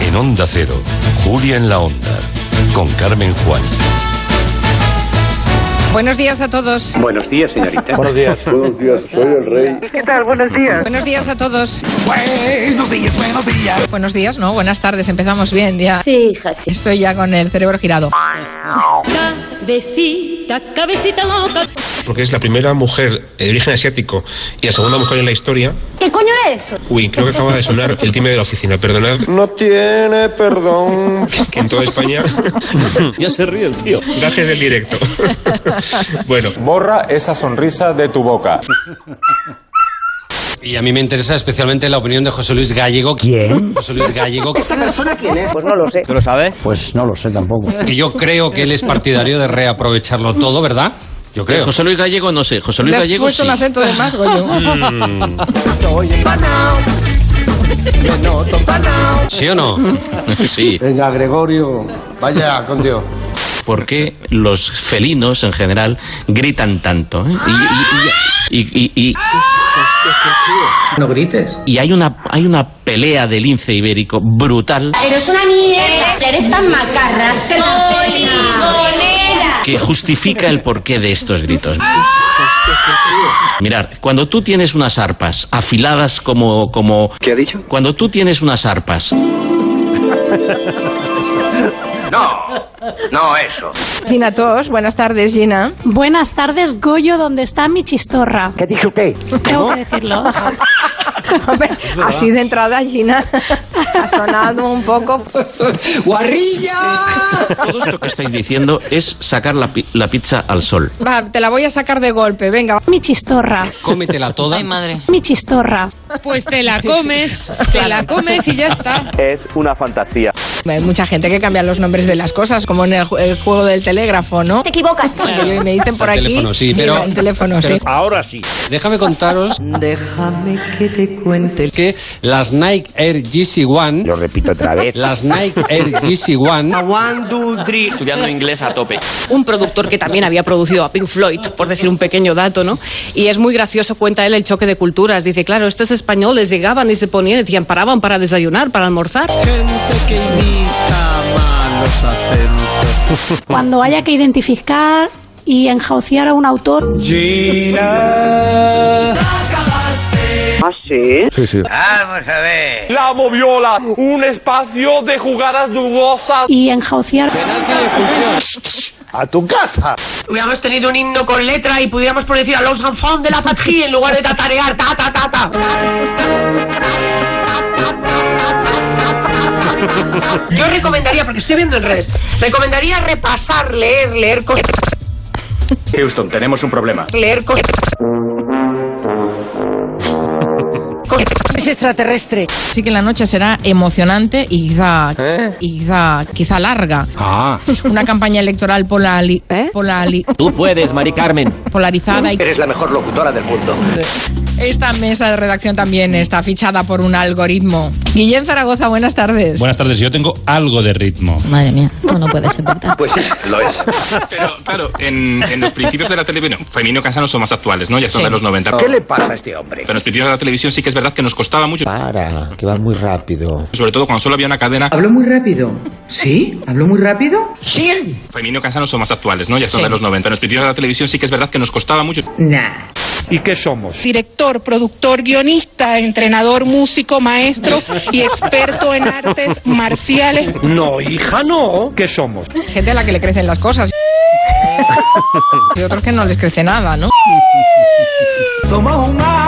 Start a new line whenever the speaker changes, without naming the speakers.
En Onda Cero, Julia en la Onda, con Carmen Juan.
Buenos días a todos.
Buenos días, señorita.
Buenos días.
Buenos días, soy el rey.
¿Qué tal? Buenos días.
Buenos días a todos.
Buenos días, buenos días.
Buenos días, ¿no? Buenas tardes, empezamos bien ya.
Sí, hija, sí.
Estoy ya con el cerebro girado.
Cabecita, cabecita loca.
Porque es la primera mujer de origen asiático y la segunda mujer en la historia.
¿Qué coño era eso?
Uy, creo que acaba de sonar el timbre de la oficina, perdonad,
No tiene perdón.
que en toda España,
Ya se ríe el tío.
gajes del directo. Bueno,
Borra esa sonrisa de tu boca.
Y a mí me interesa especialmente la opinión de José Luis Gallego. ¿Quién? José Luis Gallego,
¿Esta persona quién es?
Pues no lo sé.
¿Tú lo sabes?
Pues no lo sé tampoco.
que yo creo que él es partidario de reaprovecharlo todo, ¿verdad? Yo creo.
Eh, José Luis Gallego, no sé. José Luis
Le has
Gallego,
puesto
sí.
un acento de más, Goyo.
Yo noto empanao.
¿Sí o no?
sí.
Venga, Gregorio, vaya con Dios.
¿Por qué los felinos en general gritan tanto? eh? Y, y- y- y- y-
No grites.
y- y hay, una, hay una pelea del lince ibérico brutal
Eres una mierda. Eres tan macarra. Poligonera.
que justifica el porqué de estos gritos. Mirar, cuando tú tienes unas arpas afiladas como, como...
¿Qué ha dicho?
Cuando tú tienes unas arpas
No, no eso.
Gina Tos, buenas tardes, Gina.
Buenas tardes, Goyo, ¿dónde está mi chistorra?
¿Qué ha dicho usted?
Tengo que decirlo.
Hombre, así de entrada, Gina, ha sonado un poco.
¡Guarrilla!
Todo esto que estáis diciendo es sacar la, pi- la pizza al sol.
Va, te la voy a sacar de golpe, venga.
Mi chistorra.
Cómetela toda.
madre.
Mi chistorra.
Pues te la comes, te la comes y ya está.
Es una fantasía.
Hay mucha gente que cambia los nombres de las cosas, como en el, ju- el juego del telégrafo, ¿no?
Te equivocas.
Y me dicen por
El
aquí.
teléfono, sí,
Mira,
pero-
el teléfono,
pero-
sí.
Ahora sí.
Déjame contaros
Déjame que te cuente.
que las Nike Air GC One,
Lo repito otra vez.
las Nike Air GC One,
One, two, three.
Estudiando inglés a tope.
un productor que también había producido a Pink Floyd, por decir un pequeño dato, ¿no? Y es muy gracioso, cuenta él el choque de culturas. Dice, claro, estos españoles llegaban y se ponían, decían, paraban para desayunar, para almorzar.
Gente que imita malos acentos.
Cuando haya que identificar y enjauciar a un autor,
¿Ah, sí?
Sí, sí.
Vamos a ver.
y enjauciar
A tu casa.
Hubiéramos tenido un himno con letra y pudiéramos por decir a los enfants de la patria en lugar de tatarear, ta, ta, ta, ta. Yo recomendaría, porque estoy viendo en redes, recomendaría repasar, leer, leer, co-
Houston, tenemos un problema.
leer, co-
Es extraterrestre.
Sí que la noche será emocionante y quizá, y quizá, quizá larga.
Ah.
Una campaña electoral polali- polali-
Tú puedes, Mari Carmen.
polarizada y
Eres la mejor locutora del mundo.
esta mesa de redacción también está fichada por un algoritmo. Guillem Zaragoza, buenas tardes.
Buenas tardes, yo tengo algo de ritmo.
Madre mía, esto no puede ser verdad.
Pues sí, lo es.
Pero claro, en, en los principios de la televisión, Femino Casano son más actuales, ¿no? Ya son
Sí.
de los 90.
¿Qué le pasa a este hombre? Ah.
Pero en los principios de la televisión sí que es verdad que nos costaba mucho,
Para, que va muy rápido.
sobre todo cuando solo había una cadena.
¿Hablo muy rápido? ¿Sí? ¿Hablo muy rápido?
Femino Casano son más actuales, ¿no? Ya son
Sí.
de los 90. En los principios de la televisión sí que es verdad que nos costaba mucho.
Nah.
¿Y qué somos?
director, productor, guionista, entrenador, músico, maestro y experto en artes marciales.
No, hija, no. ¿Qué somos?
Gente a la que le crecen las cosas. Y otros que no les crece nada, ¿no?
Somos un